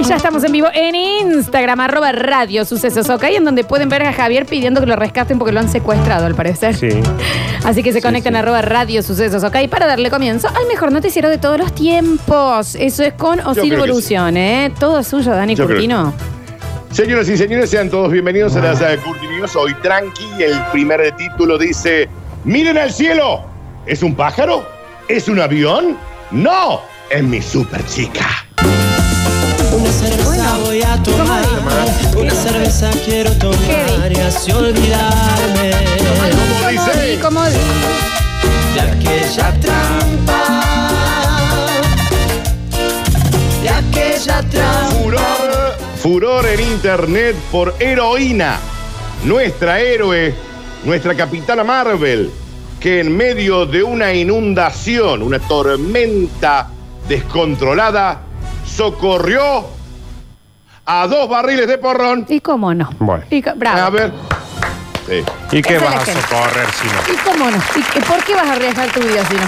Y ya estamos en vivo en Instagram, arroba radio sucesos, ok, en donde pueden ver a Javier pidiendo que lo rescaten porque lo han secuestrado, al parecer. Sí. Así que se conectan sí. a arroba radio sucesos, ok, para darle comienzo al mejor noticiero de todos los tiempos. Eso es con o sin Yo creo que evolución, ¿eh? Todo suyo, Dani Yo creo que Curtino. Señoras y señores, sean todos bienvenidos a las eh, Curti News. Hoy tranqui, el primer título dice, miren al cielo, ¿es un pájaro? ¿Es un avión? No, es mi super chica. Una cerveza voy a tomar, una cerveza quiero tomar y así olvidarme ¿Cómo Comodí, dice? comodí. de aquella trampa, de aquella trampa. Furor, furor en internet por heroína. Nuestra héroe, nuestra capitana Marvel, que en medio de una inundación, una tormenta descontrolada, socorrió a dos barriles de porrón. ¿Y cómo no? Bueno. Y co- bravo. A ver. Sí. ¿Y qué Esa es la vas a gente. socorrer si no? ¿Y cómo no? ¿Y qué- por qué vas a arriesgar tu vida si no?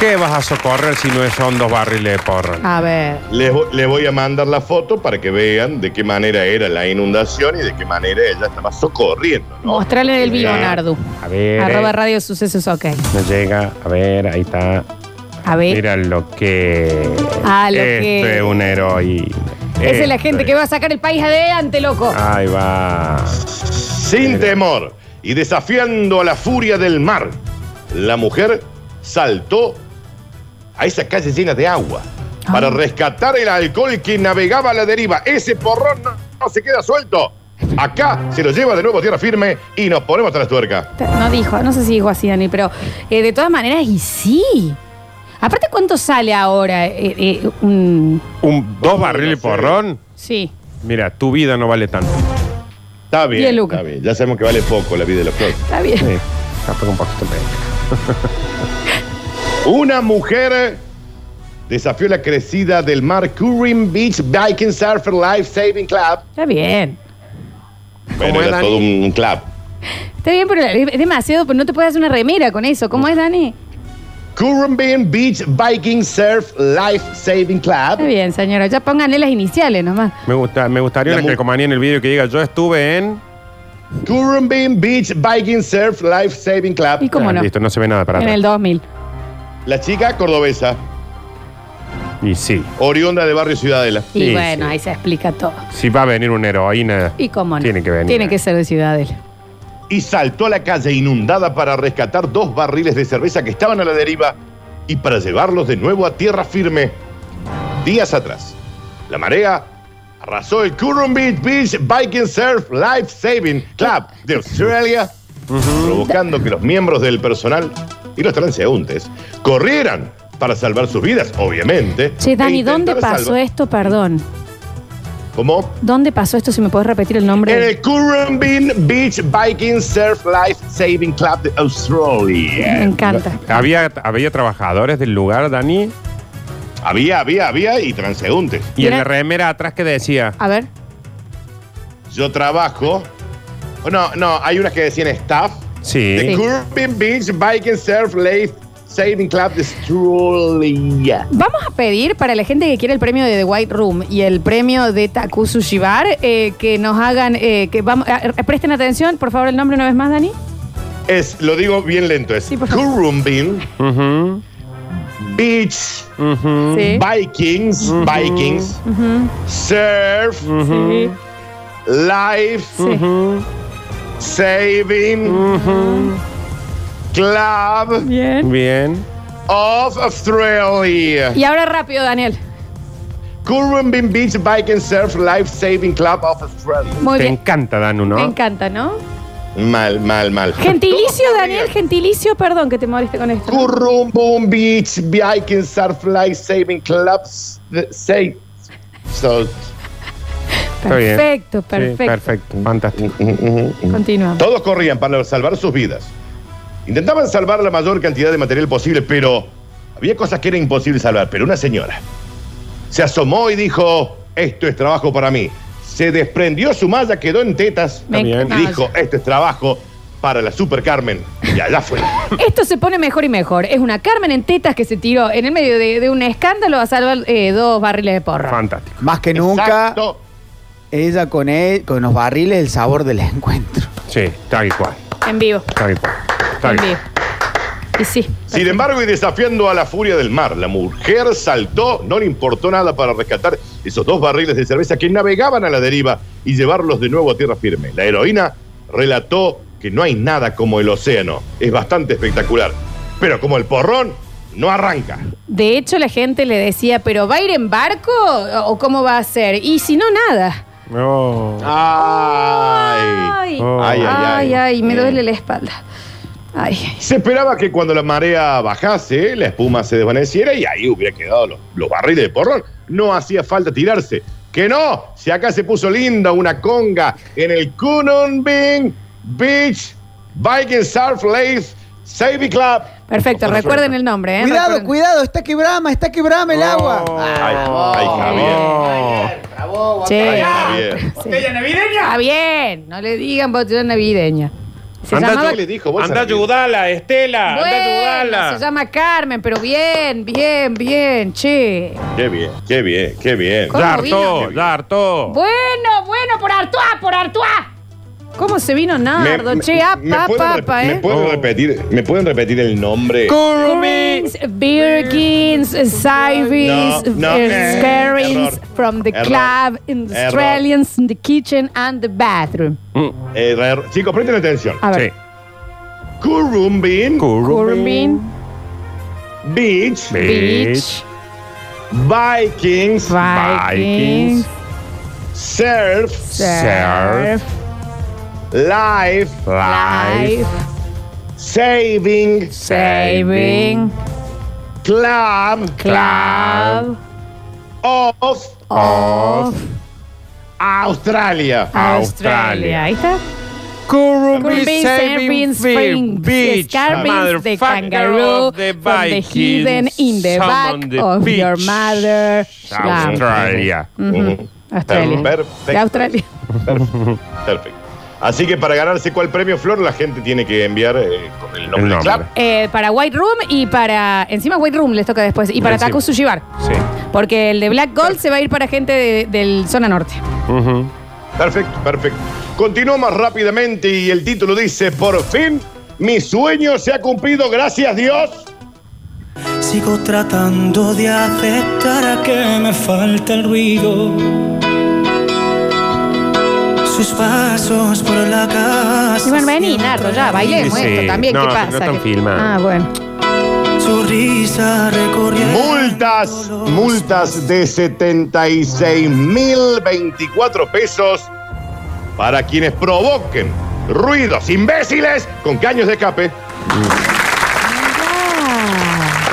¿Qué vas a socorrer si no son dos barriles de porro? A ver. Les, vo- les voy a mandar la foto para que vean de qué manera era la inundación y de qué manera ella estaba socorriendo. ¿no? Mostrale el vivo, Bien. Nardu. A ver, Arroba eh. radio sucesos, ok. No llega, a ver, ahí está. A ver. Mira lo que. Ah, lo Esto que- es un héroe. Esa es la gente eh. que va a sacar el país adelante, loco. Ah, Ahí va. Sin temor y desafiando a la furia del mar, la mujer saltó a esa calle llena de agua para rescatar el alcohol que navegaba a la deriva. Ese porrón no, no se queda suelto. Acá se lo lleva de nuevo a tierra firme y nos ponemos hasta la tuerca. No dijo, no sé si dijo así, Dani, pero eh, de todas maneras, y sí. Aparte, ¿cuánto sale ahora eh, eh, un. Un, dos barriles de sé. porrón. Sí. Mira, tu vida no vale tanto. Está bien, Bien, Luca. está bien. Ya sabemos que vale poco la vida de los flores. Está bien. Sí, capaz un poquito menos. Una mujer desafió la crecida del mar Current Beach Viking Surfer Life Saving Club. Está bien. Bueno, es, era Dani? todo un, un club. Está bien, pero es demasiado, pero no te puedes hacer una remera con eso. ¿Cómo es, Dani? Currumbin Beach Viking Surf Life Saving Club. Está bien, señora. Ya pónganle las iniciales nomás. Me, gusta, me gustaría La una mu- calcomanía en el vídeo que diga: Yo estuve en. Currumbin Beach Viking Surf Life Saving ¿Y Club. cómo Ah, no? Listo, no se ve nada para En atrás. el 2000. La chica cordobesa, Y sí. oriunda de Barrio Ciudadela. Y Sí, bueno, sí. ahí se explica todo. Si va a venir una heroína. ¿Y cómo no? Tiene que venir. eh. Tiene que ser de Ciudadela. Y saltó a la calle inundada para rescatar dos barriles de cerveza que estaban a la deriva y para llevarlos de nuevo a tierra firme. Días atrás, la marea arrasó el Currumbin Beach Viking Surf Life Saving Club de Australia. provocando que los miembros del personal y los transeúntes corrieran para salvar sus vidas, obviamente. Che, Dani, e ¿dónde intentar pasó salvar- esto? Perdón. ¿Cómo? ¿Dónde pasó esto? Si me puedes repetir el nombre. En Eh, el Currumbin Beach Viking Surf Life Saving Club de Australia. Me encanta. Había, había trabajadores del lugar, Dani. Había, había, había y transeúntes. Y Mira. en la remera atrás que decía. A ver. Yo trabajo. Oh, No, no, hay unas que decían staff. Sí. The Currumbin Beach Viking Surf Life Saving Club de Australia. Vamos a pedir para la gente que quiere el premio de The White Room y el premio de Takusu Shibar eh, que nos hagan, eh, que vamos, eh, presten atención, por favor, el nombre una vez más, Dani. Es, lo digo bien lento, es Sí, por favor. Currumbin Ujú, Beach ujú. Sí. Vikings, Vikings, Surf, Sí. Mm-hmm. Life, Sí. Saving, Club Bien. Bien. of Australia. Y ahora rápido, Daniel. Currumbin Beach Viking Surf Life Saving Club of Australia. Muy Te bien. encanta, Danu, ¿no? Me encanta, ¿no? Mal, mal, mal. Gentilicio, Daniel, gentilicio, perdón que te moleste con esto. Currumbin Beach Viking Surf Life Saving Club. s- Say. So. Está bien. Perfecto, Sí, perfecto. perfecto, fantástico. Continuamos. Todos corrían para salvar sus vidas. Intentaban salvar la mayor cantidad de material posible, pero había cosas que era imposible salvar. Pero una señora se asomó y dijo, esto es trabajo para mí. Se desprendió su malla, quedó en tetas Me Está bien. y encanta. dijo, esto es trabajo para la Super Carmen. Y allá fue. Esto se pone mejor y mejor. Es una Carmen en tetas que se tiró en el medio de, de un escándalo a salvar eh, dos barriles de porro. Fantástico. Más que nunca, Exacto. ella con, él, con los barriles, el sabor del encuentro. Sí, tal cual. En vivo. Tal cual. Tal En cual. vivo. Y sí. Sin embargo, y desafiando a la furia del mar, la mujer saltó, no le importó nada para rescatar esos dos barriles de cerveza que navegaban a la deriva y llevarlos de nuevo a tierra firme. La heroína relató que no hay nada como el océano, es bastante espectacular, pero como el porrón, no arranca. De hecho, la gente le decía, ¿pero va a ir en barco o o cómo va a ser? Y si no, nada. No. ¡Ah, ¡Ay! Ay, Oh. ay, Ay, ay, ay, ay. me Bien. duele la espalda. Ay, Se esperaba que cuando la marea bajase, la espuma se desvaneciera y ahí hubiera quedado los, los barriles de porrón. No hacía falta tirarse. ¡Que no! Si acá se puso linda una conga en el Kununbing Beach Viking Surf Lake Savvy Club. perfecto, Buena recuerden suerte. el nombre, ¿eh? cuidado, Recuerden. cuidado, está quebrama, está quebrama Oh. el agua. Oh. Ay, ay, Javier. Che. Javier. ¿Botella navideña? Está bien, no le digan botella navideña. Se Anda llamaba... ¿Qué le dijo? Bolsa Anda a de- ayudarla, Estela. anda a Bueno, se ayudarla. llama Carmen, pero bien, bien, bien, che. Qué bien, qué bien, qué bien. ¿Cómo Ya vino? hartó, ya hartó. Bueno, bueno, por Artois, por Artois. ¿Cómo se vino Nardo? che, ah, me apa, pueden apa, re- apa, me ¿eh? pueden Oh. repetir, ¿Me pueden repetir el nombre? Currens, Birkins, Syvies, No, no, eh, Scarings error, from the error, club, in the error. Australians in the kitchen and the bathroom. Mm, Eh, re- chicos, presten atención. A Sí. ver, Kurumbin Curvin, Beach Beach, Vikings Vikings, Vikings, Surf Surf, Life Life. Life, Saving Saving, Club Club, of Off, Australia. Australia. Ahí está. Currumbi Curvin, Serpins, Spring, Beach, Scarpins, the kangaroo, of the from the Vikings, hidden in the some back on the of your beach. mother. Australia. Ujú. Australia. Perfecto. De Australia. Perfecto. Así que para ganarse cuál premio Flor, la gente tiene que enviar eh, con el nombre, del El nombre. club. Eh, para White Room y para. Encima White Room les toca después. Y para Encima. Taku Sushi Bar. Sí. Porque el de Black Gold se va a ir para gente de- del zona norte. Ujú. Perfecto, perfecto. Continuamos rápidamente y el título dice, por fin, mi sueño se ha cumplido, gracias Dios. Sigo tratando de aceptar a que me falta el ruido. Sus pasos por la casa. Y bueno, vení, Nardo, ya, bailemos Sí, esto también. no, ¿Qué no pasa? están Que- filmando. Ah, bueno. Su risa recorriendo. Multas, los multas de 76.024 pesos para quienes provoquen ruidos imbéciles con caños de escape. Ah.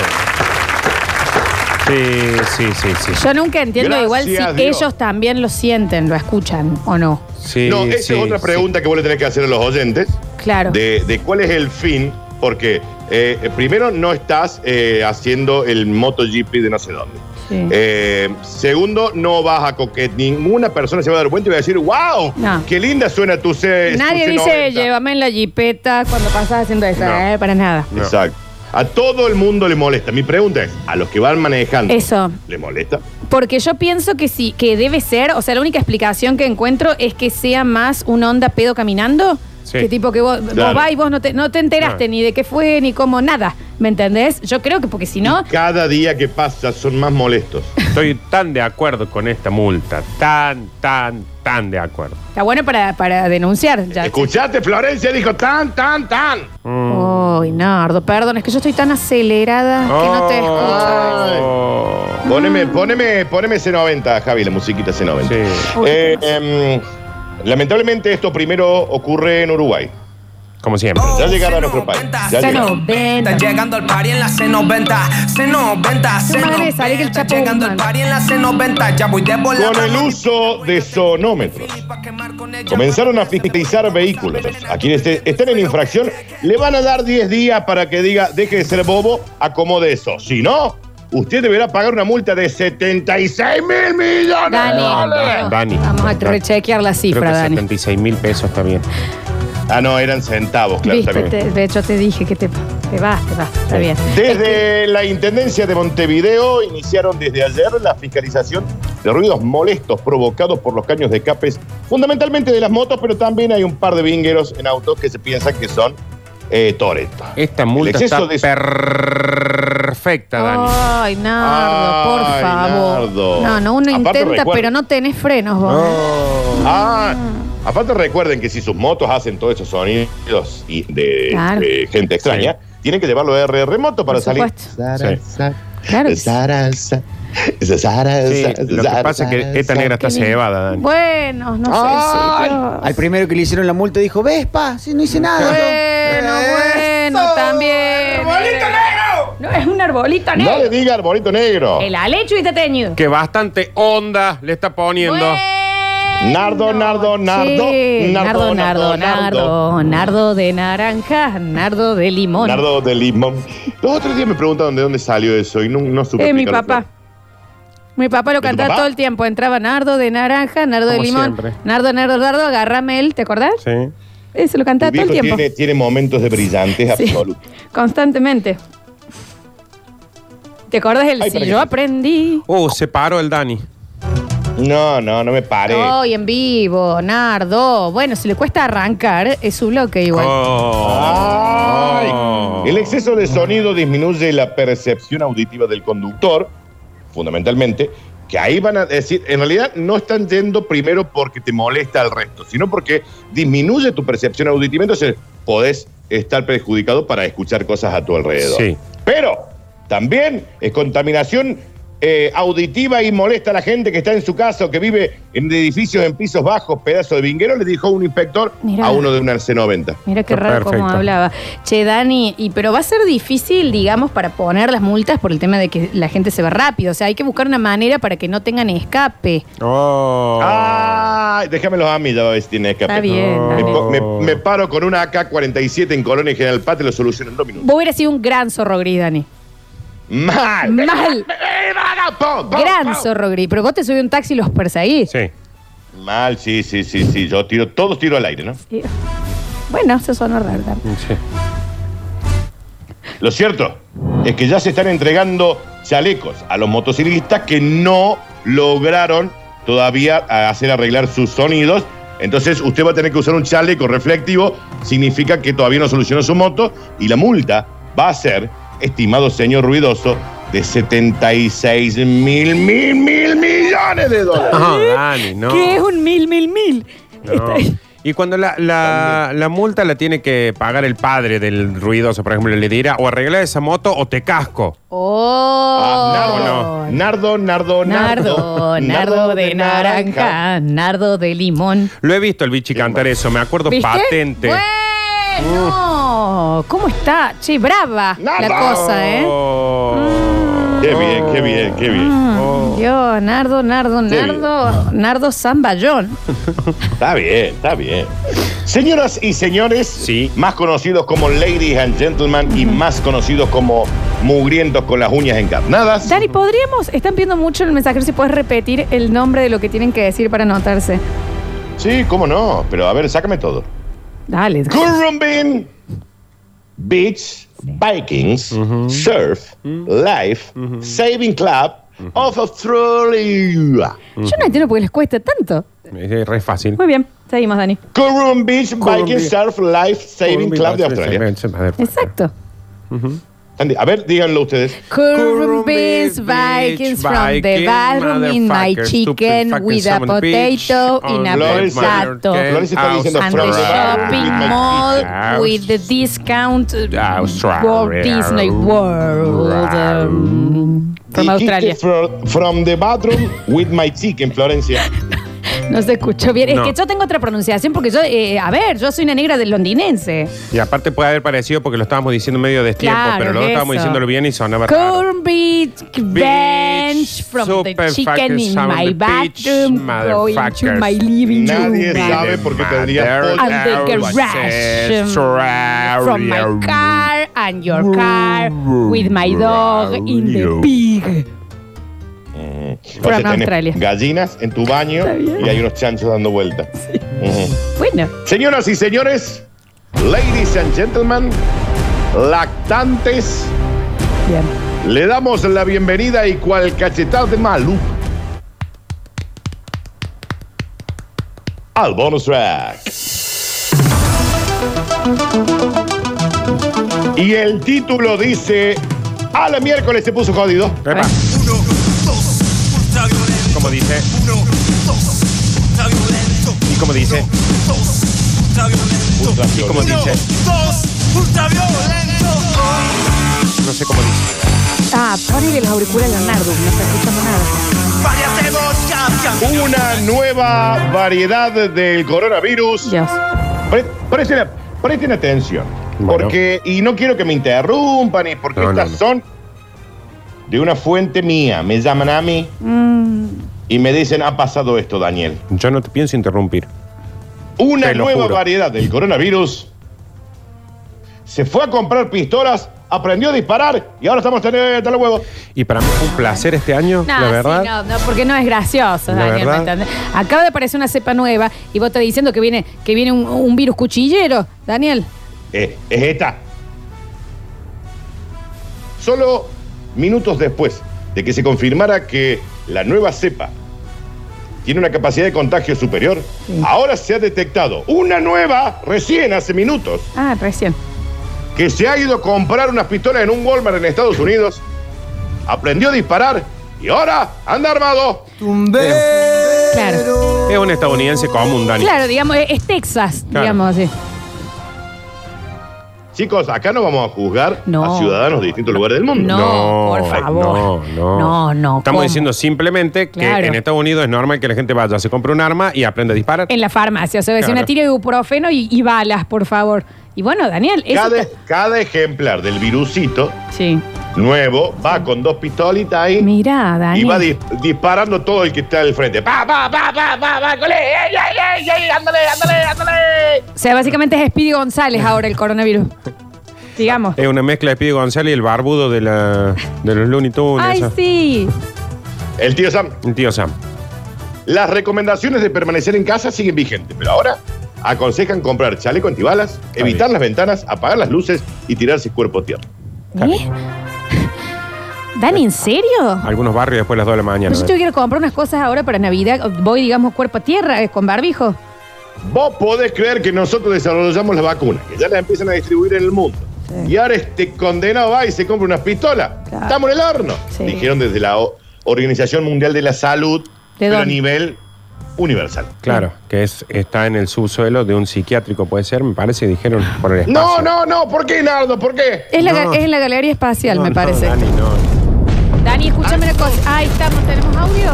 Sí, sí, sí, sí. Yo nunca entiendo Gracias igual si a Dios. ellos también lo sienten, lo escuchan o no. Sí, no, esa sí, es otra sí. pregunta que vos le tenés que hacer a los oyentes Claro. de, de cuál es el fin, porque eh, primero no estás eh, haciendo el MotoGP de no sé dónde. Sí. Eh, segundo, no vas a coquetear. Ninguna persona se va a dar cuenta y va a decir, wow, No. qué linda suena tu C. Nadie tu dice, C90". llévame en la jipeta cuando pasas haciendo eso. No. eh, para nada. No. Exacto. A todo el mundo le molesta. Mi pregunta es, a los que van manejando, Eso. ¿le molesta? Porque yo pienso que sí, que debe ser, o sea, la única explicación que encuentro es que sea más una onda pedo caminando. Sí. Que tipo que vos, vos Claro. vas y vos no te, no te enteraste No. ni de qué fue, ni cómo, nada. ¿Me entendés? Yo creo que porque si no, Cada día que pasa son más molestos. Estoy tan de acuerdo con esta multa. Tan, tan, tan de acuerdo. está bueno para, para denunciar. Ya. ¿Escuchaste? Florencia dijo tan, tan, tan. Uy, Nardo, perdón, es que yo estoy tan acelerada que no te escucho. Oh. Poneme, Mm. poneme, poneme C90, Javi, la musiquita C90. Sí. Uy, qué Eh, em, lamentablemente esto primero ocurre en Uruguay. Como siempre. Oh. Ya llegaba a nuestro país. Ya Ya llegaba. no, ven. Está llegando al party en la C90, C90, madre, C90. sale que el Está Chapo llegando al Guzmán. party en la C90, ya voy de volada. Con el uso de sonómetros. Comenzaron a fiscalizar vehículos. A quienes te- estén en infracción le van a dar 10 días para que diga, deje de ser bobo, acomode eso. Si no, usted deberá pagar una multa de 76 mil millones. Dani, Dani, Dani. Vamos a Dani. rechequear la Creo cifra, que Dani. 76 mil pesos está bien. Ah, no, eran centavos, claro. Viste, está bien. te- de hecho te dije que te, te vas, te vas, está bien. Desde la Intendencia de Montevideo iniciaron desde ayer la fiscalización de ruidos molestos provocados por los caños de escapes, fundamentalmente de las motos, pero también hay un par de vingueros en autos que se piensan que son eh, Toretto. Esta multa El está exceso de- perfecta, Dani. Ay, Nardo, por Ay, favor. Nardo. No, no, uno Aparte, intenta, recuerda- pero no tenés frenos vos. Oh. Ah, aparte recuerden que si sus motos hacen todos esos sonidos y de, Claro. de gente extraña, tienen que llevarlo a RR moto para Por salir. supuesto. Claro que sí. Sí, lo que pasa es que esta negra está cebada, Dani. Bueno, no sé. sí, pero- Al primero que le hicieron la multa dijo, Vespa, si no hice nada. Bueno, bueno, también. ¡Arbolito negro! No, es un arbolito No le negro. diga arbolito negro. El alecho y está teñido. Que bastante onda le está poniendo. Bueno, Nardo, Nardo, Nardo, che. Nardo, Nardo, Nardo, Nardo, Nardo, Nardo de naranja, Nardo de limón. Nardo de Limón. Los otros días me preguntaron de dónde salió eso y no, no supe. Eh, mi explicarlo. papá. Mi papá lo tu cantaba papá? todo el tiempo. Entraba Nardo de naranja, Nardo de Como limón, siempre. Nardo, Nardo, Nardo, agarrame él, ¿te acordás? Sí. Eso lo Tu cantaba todo viejo el tiempo. tiene, tiene momentos de brillantes Sí. absolutos. Constantemente. ¿Te acordás el Ay, si para que yo sí. aprendí? Uh, se paró el Dani. No, no, no me pare. Hoy en vivo, Nardo. Bueno, si le cuesta arrancar, es su bloque igual. Oh. Ay. Oh. El exceso de sonido disminuye la percepción auditiva del conductor, fundamentalmente, que ahí van a decir, en realidad no están yendo primero porque te molesta al resto, sino porque disminuye tu percepción auditiva, entonces podés estar perjudicado para escuchar cosas a tu alrededor. Sí. Pero también es contaminación eh, auditiva y molesta a la gente que está en su casa o que vive en edificios en pisos bajos, pedazo de vinguero, le dijo un inspector Mirá. a uno de una C90. Mira qué Está raro cómo perfecto. hablaba. Che, Dani, y, pero va a ser difícil, digamos, para poner las multas por el tema de que la gente se va rápido. O sea, hay que buscar una manera para que no tengan escape. Oh. Ah. Ay, déjamelos a mí, ya ves, tiene escape. Está bien. No. Me, Dani. po- me- me paro con una AK-47 en Colonia y General Paz y lo soluciono en dos minutos. Vos hubieras sido un gran zorro gris, Dani. ¡Mal! Mal. ¡Pum, pum, Gran pum! zorro gris. Pero vos te subís a un taxi y los perseguís. Sí. Mal, sí, sí, sí, sí. Yo tiro, todos tiro al aire, ¿no? Sí. Bueno, eso suena raro. Dani. sí. Lo cierto es que ya se están entregando chalecos a los motociclistas que no lograron todavía a- hacer arreglar sus sonidos. Entonces usted va a tener que usar un chaleco reflectivo, significa que todavía no solucionó su moto y la multa va a ser, estimado señor ruidoso, de 76 mil, mil, mil millones de dólares. Ah, No, Dani, no. Que es un mil, mil, mil. No. Y cuando la, la, la multa la tiene que pagar el padre del ruidoso, por ejemplo, le dirá o arregla esa moto o te casco. Oh. Ah, Nardo, Nardo, Nardo, Nardo, nardo de naranja, nardo de limón. Lo he visto el bichi cantar eso, me acuerdo ¿Viste? patente. Bueno, ¿cómo está? Che, brava Nardo. la cosa, ¿eh? Oh. Qué bien, qué bien, qué bien. Oh. Mm, Dios, nardo, nardo, Sí. nardo, nardo zambayón. Está bien, está bien. Señoras y señores, Sí. más conocidos como ladies and gentlemen y más conocidos como mugrientos con las uñas encarnadas. Dani, ¿podríamos? Están pidiendo mucho en el mensajero si puedes repetir el nombre de lo que tienen que decir para anotarse. Sí, cómo no, pero a ver, sácame todo. Dale. Currumbin, Beach, Vikings, Surf, Life, Saving Club, Off of Australia. Yo no entiendo por qué les cuesta tanto. Es re fácil. Muy bien, seguimos, Dani. Currum Beach, Vikings, Currumbin. Surf, Life, Saving Club de Australia. Exacto. Andy, A ver, díganlo ustedes. Current beans, Vikings from the bathroom in my chicken with a potato Oh, in a Flores- potato. Flores está diciendo And the Flores. shopping mall with the discount uh, Australia. Walt Disney World um, from Dijiste Australia. fro- From the bathroom with my chicken, Florencia. No se escuchó bien. No. Es que yo tengo otra pronunciación porque yo, eh, a ver, yo soy una negra del londinense. Y aparte puede haber parecido porque lo estábamos diciendo medio de tiempo, Claro, pero luego estábamos eso. diciéndolo bien y sonaba raro. Corn beef bench from the super chicken fucking in sound my the bitch, bathroom going to motherfuckers. my living room. Nadie sabe por qué tendrías Mother And the garage um, from my car and your car with my dog in the pig. O sea, From tenés Australia. gallinas en tu baño Está bien. y hay unos chanchos dando vueltas. Ujú. Bueno, Señoras y señores, ladies and gentlemen, lactantes, bien. le damos la bienvenida y cual cachetada de Malu al bonus track. Y el título dice, a la miércoles se puso jodido. Epa. Como dice. Y como dice. Puso así, Y como dice. No sé cómo dice. Ah, ponele los auriculares a Leonardo, no se escucha más nada. Una nueva variedad del coronavirus. Dios. Pre- Presten, presten atención. Bueno. Porque, y no quiero que me interrumpan, y porque No, no, estas no. son de una fuente mía. Me llaman a mí y me dicen, ha pasado esto, Daniel. Yo no te pienso interrumpir. Una Te lo nueva juro. variedad del coronavirus. Se fue a comprar pistolas, aprendió a disparar y ahora estamos teniendo hasta los huevos. Y para mí fue un placer este año, No, la sí, verdad. no, no, porque no es gracioso, La Daniel, ¿me verdad. entendés? Acaba de aparecer una cepa nueva y vos estás diciendo que viene, que viene un, un virus cuchillero, Daniel. Eh, es esta. Solo minutos después de que se confirmara que la nueva cepa tiene una capacidad de contagio superior, ahora se ha detectado una nueva, recién hace minutos, Ah, recién. que se ha ido a comprar unas pistolas en un Walmart en Estados Unidos, aprendió a disparar y ahora anda armado. Claro. Es un estadounidense común, Dani. Claro, digamos, es, es Texas, Claro. digamos así. Chicos, acá no vamos a juzgar No. a ciudadanos de distintos lugares del mundo. No, por ay, favor. No, no. No, no, Estamos ¿cómo? diciendo simplemente que Claro. en Estados Unidos es normal que la gente vaya, se compre un arma y aprenda a disparar. En la farmacia, o sea, es Claro. una tira de ibuprofeno y, y balas, por favor. Y bueno, Daniel, eso Cada, ta- cada ejemplar del virusito Sí. nuevo va con dos pistolitas ahí. Mirá, Daniel. Y va dis- disparando todo el que está al frente. ¡Pa, pa, pa, pa, pa, pa! ¡Cole! ¡Ey, ey, ey, ey! ¡Ándale, ándale, ándale! O sea, básicamente es Speedy González ahora el coronavirus. digamos. Es una mezcla de Pío González y el barbudo de, la, de los Looney Tunes. Ay, esa. sí. El tío Sam. Un tío Sam. Las recomendaciones de permanecer en casa siguen vigentes, pero ahora aconsejan comprar chaleco antibalas, evitar las ventanas, apagar las luces y tirarse cuerpo a tierra. ¿Eh? Dani, ¿en serio? Algunos barrios después de las 2 de la mañana. Pero yo te quiero comprar unas cosas ahora para Navidad. Voy, digamos, cuerpo a tierra, eh, con barbijo. Vos podés creer que nosotros desarrollamos la vacuna, que ya la empiezan a distribuir en el mundo. Y ahora este condenado va y se compra unas pistolas. Claro. Estamos en el horno. Sí. Dijeron desde la O- Organización Mundial de la Salud, pero a dónde? nivel universal. Claro, que es, está en el subsuelo de un psiquiátrico, puede ser, me parece, dijeron por el No, espacio. no, no, ¿por qué, Nardo? ¿Por qué? Es, la, No. ga- es en la galería espacial, No, me no, parece. Dani, Dani, no. escúchame una cosa. Ahí estamos, ¿tenemos audio?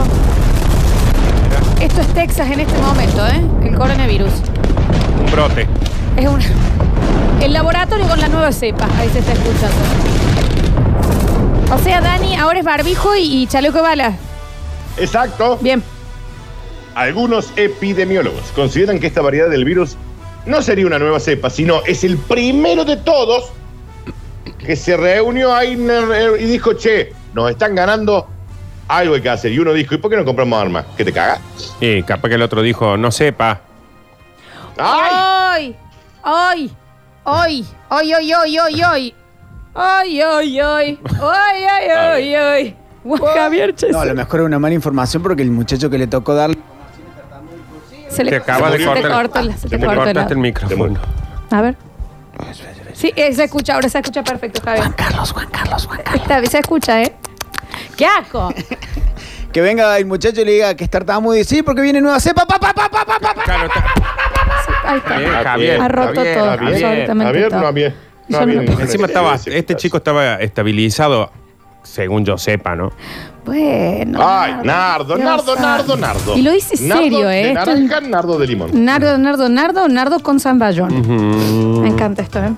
Esto es Texas en este momento, ¿eh? El coronavirus. Un brote. Es un... El laboratorio con la nueva cepa. Ahí se está escuchando. O sea, Dani, ahora es barbijo y, y chaleco de balas. Exacto. Bien. Algunos epidemiólogos consideran que esta variedad del virus no sería una nueva cepa, sino es el primero de todos que se reunió ahí y dijo, che, nos están ganando, algo hay que hacer. Y uno dijo, ¿y por qué no compramos armas? ¿Que te cagas? Y capaz que el otro dijo, no sepa. ¡Ay! ¡Ay! ¡Ay! ¡Ay! ¡Ay! ¡Ay! ¡Ay! ¡Ay! ¡Ay! ¡Ay! ¡Ay! ¡Ay! ¡Ay! ¡Ay! ¡Ay! Juan Javier Chesel. No, a lo mejor es una mala información porque el muchacho que le tocó dar se Te acaba se de te cortar. cortó la- se Te te cortó la- cortaste el micrófono. A ver. Sí, eh, se escucha, ahora se escucha perfecto, Javier. Juan Carlos, Juan Carlos, Juan Carlos. Está, bien, se escucha, ¿eh? ¡Qué asco! que venga el muchacho y le diga que está tartamudo y sí, porque viene nueva cepa, pa, pa, pa, pa, pa, pa, pa. Claro, está- Ahí está. Bien, Javier, Javién, ha roto Javién, todo, Javién. absolutamente Javier, todo. no, Javier. No, Yo no Javier, lo- no. este Encima estaba, este chico estaba estabilizado, según yo sepa, ¿no? Bueno. Ay, Nardo, Nardo, Dios Nardo, santo. Nardo. Y lo hice Nardo serio, de ¿eh? Esto es- naranja, Nardo de limón. Nardo, Nardo, Nardo, Nardo con zamballón. Me encanta esto, ¿eh?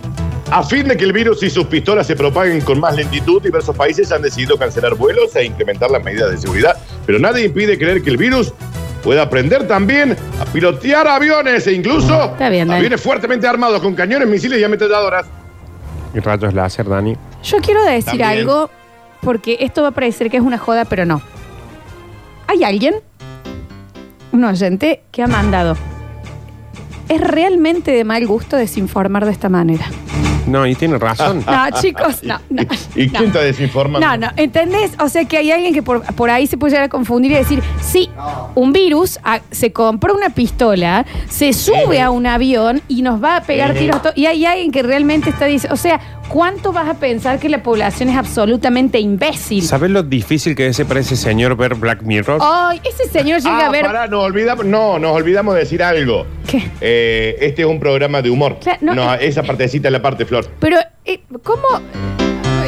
A fin de que el virus y sus pistolas se propaguen con más lentitud, diversos países han decidido cancelar vuelos e incrementar las medidas de seguridad. Pero nadie impide creer que el virus pueda aprender también a pilotear aviones e incluso Está bien, Dani. aviones fuertemente armados con cañones, misiles y ametralladoras. Y rayos láser, Dani. Yo quiero decir También. algo, porque esto va a parecer que es una joda, pero no. Hay alguien, un oyente, que ha mandado. Es realmente de mal gusto desinformar de esta manera. No, y tiene razón. No, chicos, no. no, ¿Y no. quién está desinformando? No, no, ¿entendés? O sea que hay alguien que por, por ahí se puede llegar a confundir y decir, sí, un virus ah, se compró una pistola, se sube a un avión y nos va a pegar tiros. to- Y hay alguien que realmente está diciendo, o sea, ¿cuánto vas a pensar que la población es absolutamente imbécil? ¿Sabes lo difícil que es para ese señor ver Black Mirror? Ay, ese señor llega Ah, a ver... pará, nos olvidamos, no, nos olvidamos de decir algo. ¿Qué? Eh, este es un programa de humor. Claro, no, eh. no, esa partecita es la parte, Flor. Pero, eh, ¿cómo...?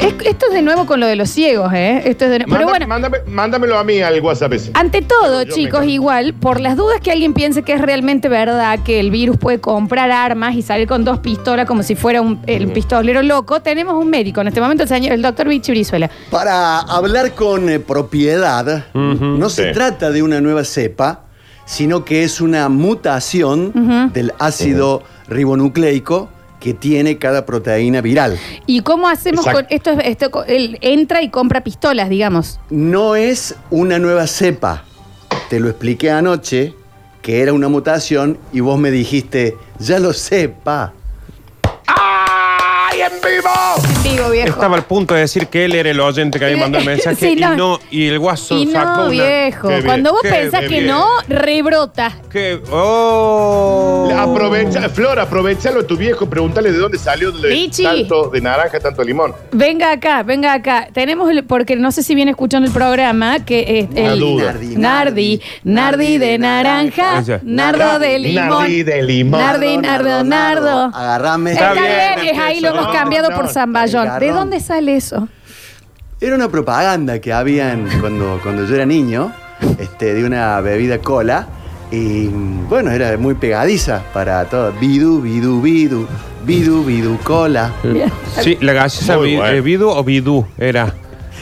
Es- esto es de nuevo con lo de los ciegos, ¿eh? Esto es de nuevo... Pero Mándame- bueno... mándame- mándamelo a mí al WhatsApp ese. Ante todo, Yo me chicos, encargo. igual, por las dudas que alguien piense que es realmente verdad que el virus puede comprar armas y salir con dos pistolas como si fuera un, el pistolero loco, tenemos un médico. En este momento, el, señor, el doctor Vichy Brizuela. Para hablar con eh, propiedad, no se Sí. trata de una nueva cepa, sino que es una mutación del ácido ribonucleico que tiene cada proteína viral. ¿Y cómo hacemos Exacto. con esto? es- esto co- él entra y compra pistolas, digamos. No es una nueva cepa. Te lo expliqué anoche, que era una mutación, y vos me dijiste, ya lo sepa. ¡Ay, en vivo! Digo, viejo. Estaba al punto de decir que él era el oyente que había mandado el mensaje Sí, y no. no, y el guaso y sacó no, una- viejo. Qué bien, Cuando vos qué pensás que bien. no, rebrota. Que, oh. Aprovecha, Flor, aprovechalo a tu viejo, pregúntale de dónde salió de- Michi. tanto de naranja, tanto limón. Venga acá, venga acá. Tenemos, el- porque no sé si viene escuchando el programa, que es Una el duda. Nardi, Nardi, Nardi de naranja, Ella. Nardo de limón. Nardi de limón. Nardi, Nardo, Nardo. Agarrame. Está bien, bien, es ahí lo hemos No, cambiado no, por Zamballón. ¿De agarrón. dónde sale eso? Era una propaganda que habían cuando, cuando yo era niño, este, de una bebida cola. Y bueno, era muy pegadiza para todo. Bidu, bidu, bidu, bidu, bidu, cola. Eh, Sí, la gaseosa Muy Vi- bueno. eh, Vidu o Vidu era.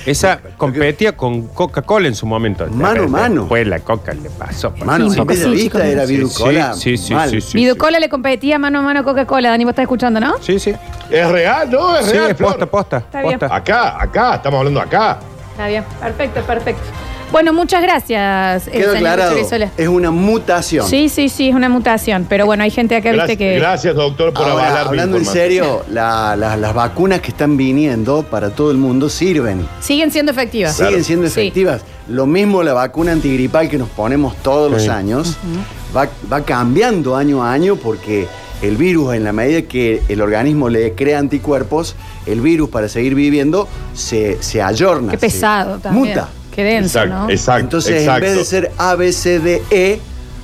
Esa competía con Coca-Cola en su momento. Mano a mano. Fue la Coca le pasó. Mano, Sí, en vez de sí, vista chicos, era sí, bidu, sí, cola. sí, sí, mal. sí, sí. Videocola le competía mano a mano a Coca-Cola. Dani, vos estás escuchando, ¿no? Sí, sí. Es real, ¿no? Es Sí, real. es Flor. posta, posta. Está bien. posta. Acá, acá, estamos hablando acá. Está bien, perfecto, perfecto. Bueno, muchas gracias, eh, Quedó señor aclarado. Brizuela. Es una mutación. Sí, sí, sí, es una mutación. Pero bueno, hay gente acá, viste Gracias, que. gracias, doctor, por Ahora, avalar mi hablando en información. serio, la- la- las vacunas que están viniendo para todo el mundo sirven. Siguen siendo efectivas. siguen siendo Sí. efectivas. Lo mismo la vacuna antigripal que nos ponemos todos los años va, va cambiando año a año porque el virus, en la medida que el organismo le crea anticuerpos, el virus para seguir viviendo se, se ayorna. Qué se pesado también. Muta. Qué denso, Exacto, ¿no? exacto. Entonces, exacto. en vez de ser A, B, C, D, E,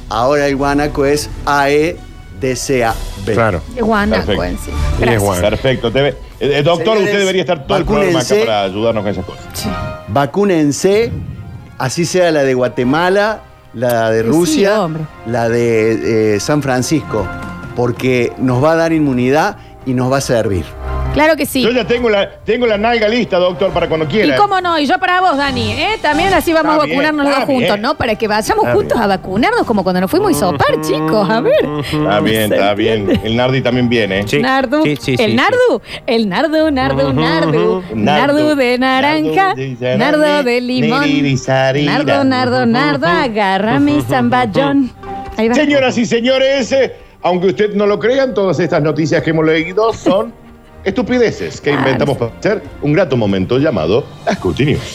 ahora el guanaco es A, E, D, C, A, B. Claro. De Guanaco Perfecto. encima. Y es Gracias. guanaco. Perfecto. debe- eh, eh, doctor, Señores, usted debería estar todo el programa acá vacúnense. para ayudarnos con esas cosas. Sí. vacúnense, así sea la de Guatemala, la de Sí, Rusia, hombre. la de eh, San Francisco, porque nos va a dar inmunidad y nos va a servir. Claro que sí. Yo ya tengo la, tengo la nalga lista, doctor, para cuando quiera. Y cómo no, y yo para vos, Dani, ¿eh? También así vamos Está a bien, vacunarnos los está dos juntos, bien. ¿no? Para que vayamos juntos a vacunarnos, como cuando nos fuimos a hisopar, chicos. A ver. Está bien, está bien. El Nardi también viene. ¿eh? Sí, Nardu. sí, sí, el sí, Nardu. El Nardu, Nardu, Nardu. Nardu de naranja. Nardo de limón. Nardo, Nardo, Nardo. Agarra mi zamballón. Ahí va. Señoras y señores, eh, aunque usted no lo crean, todas estas noticias que hemos leído son estupideces que Claro. inventamos para hacer un grato momento llamado las News.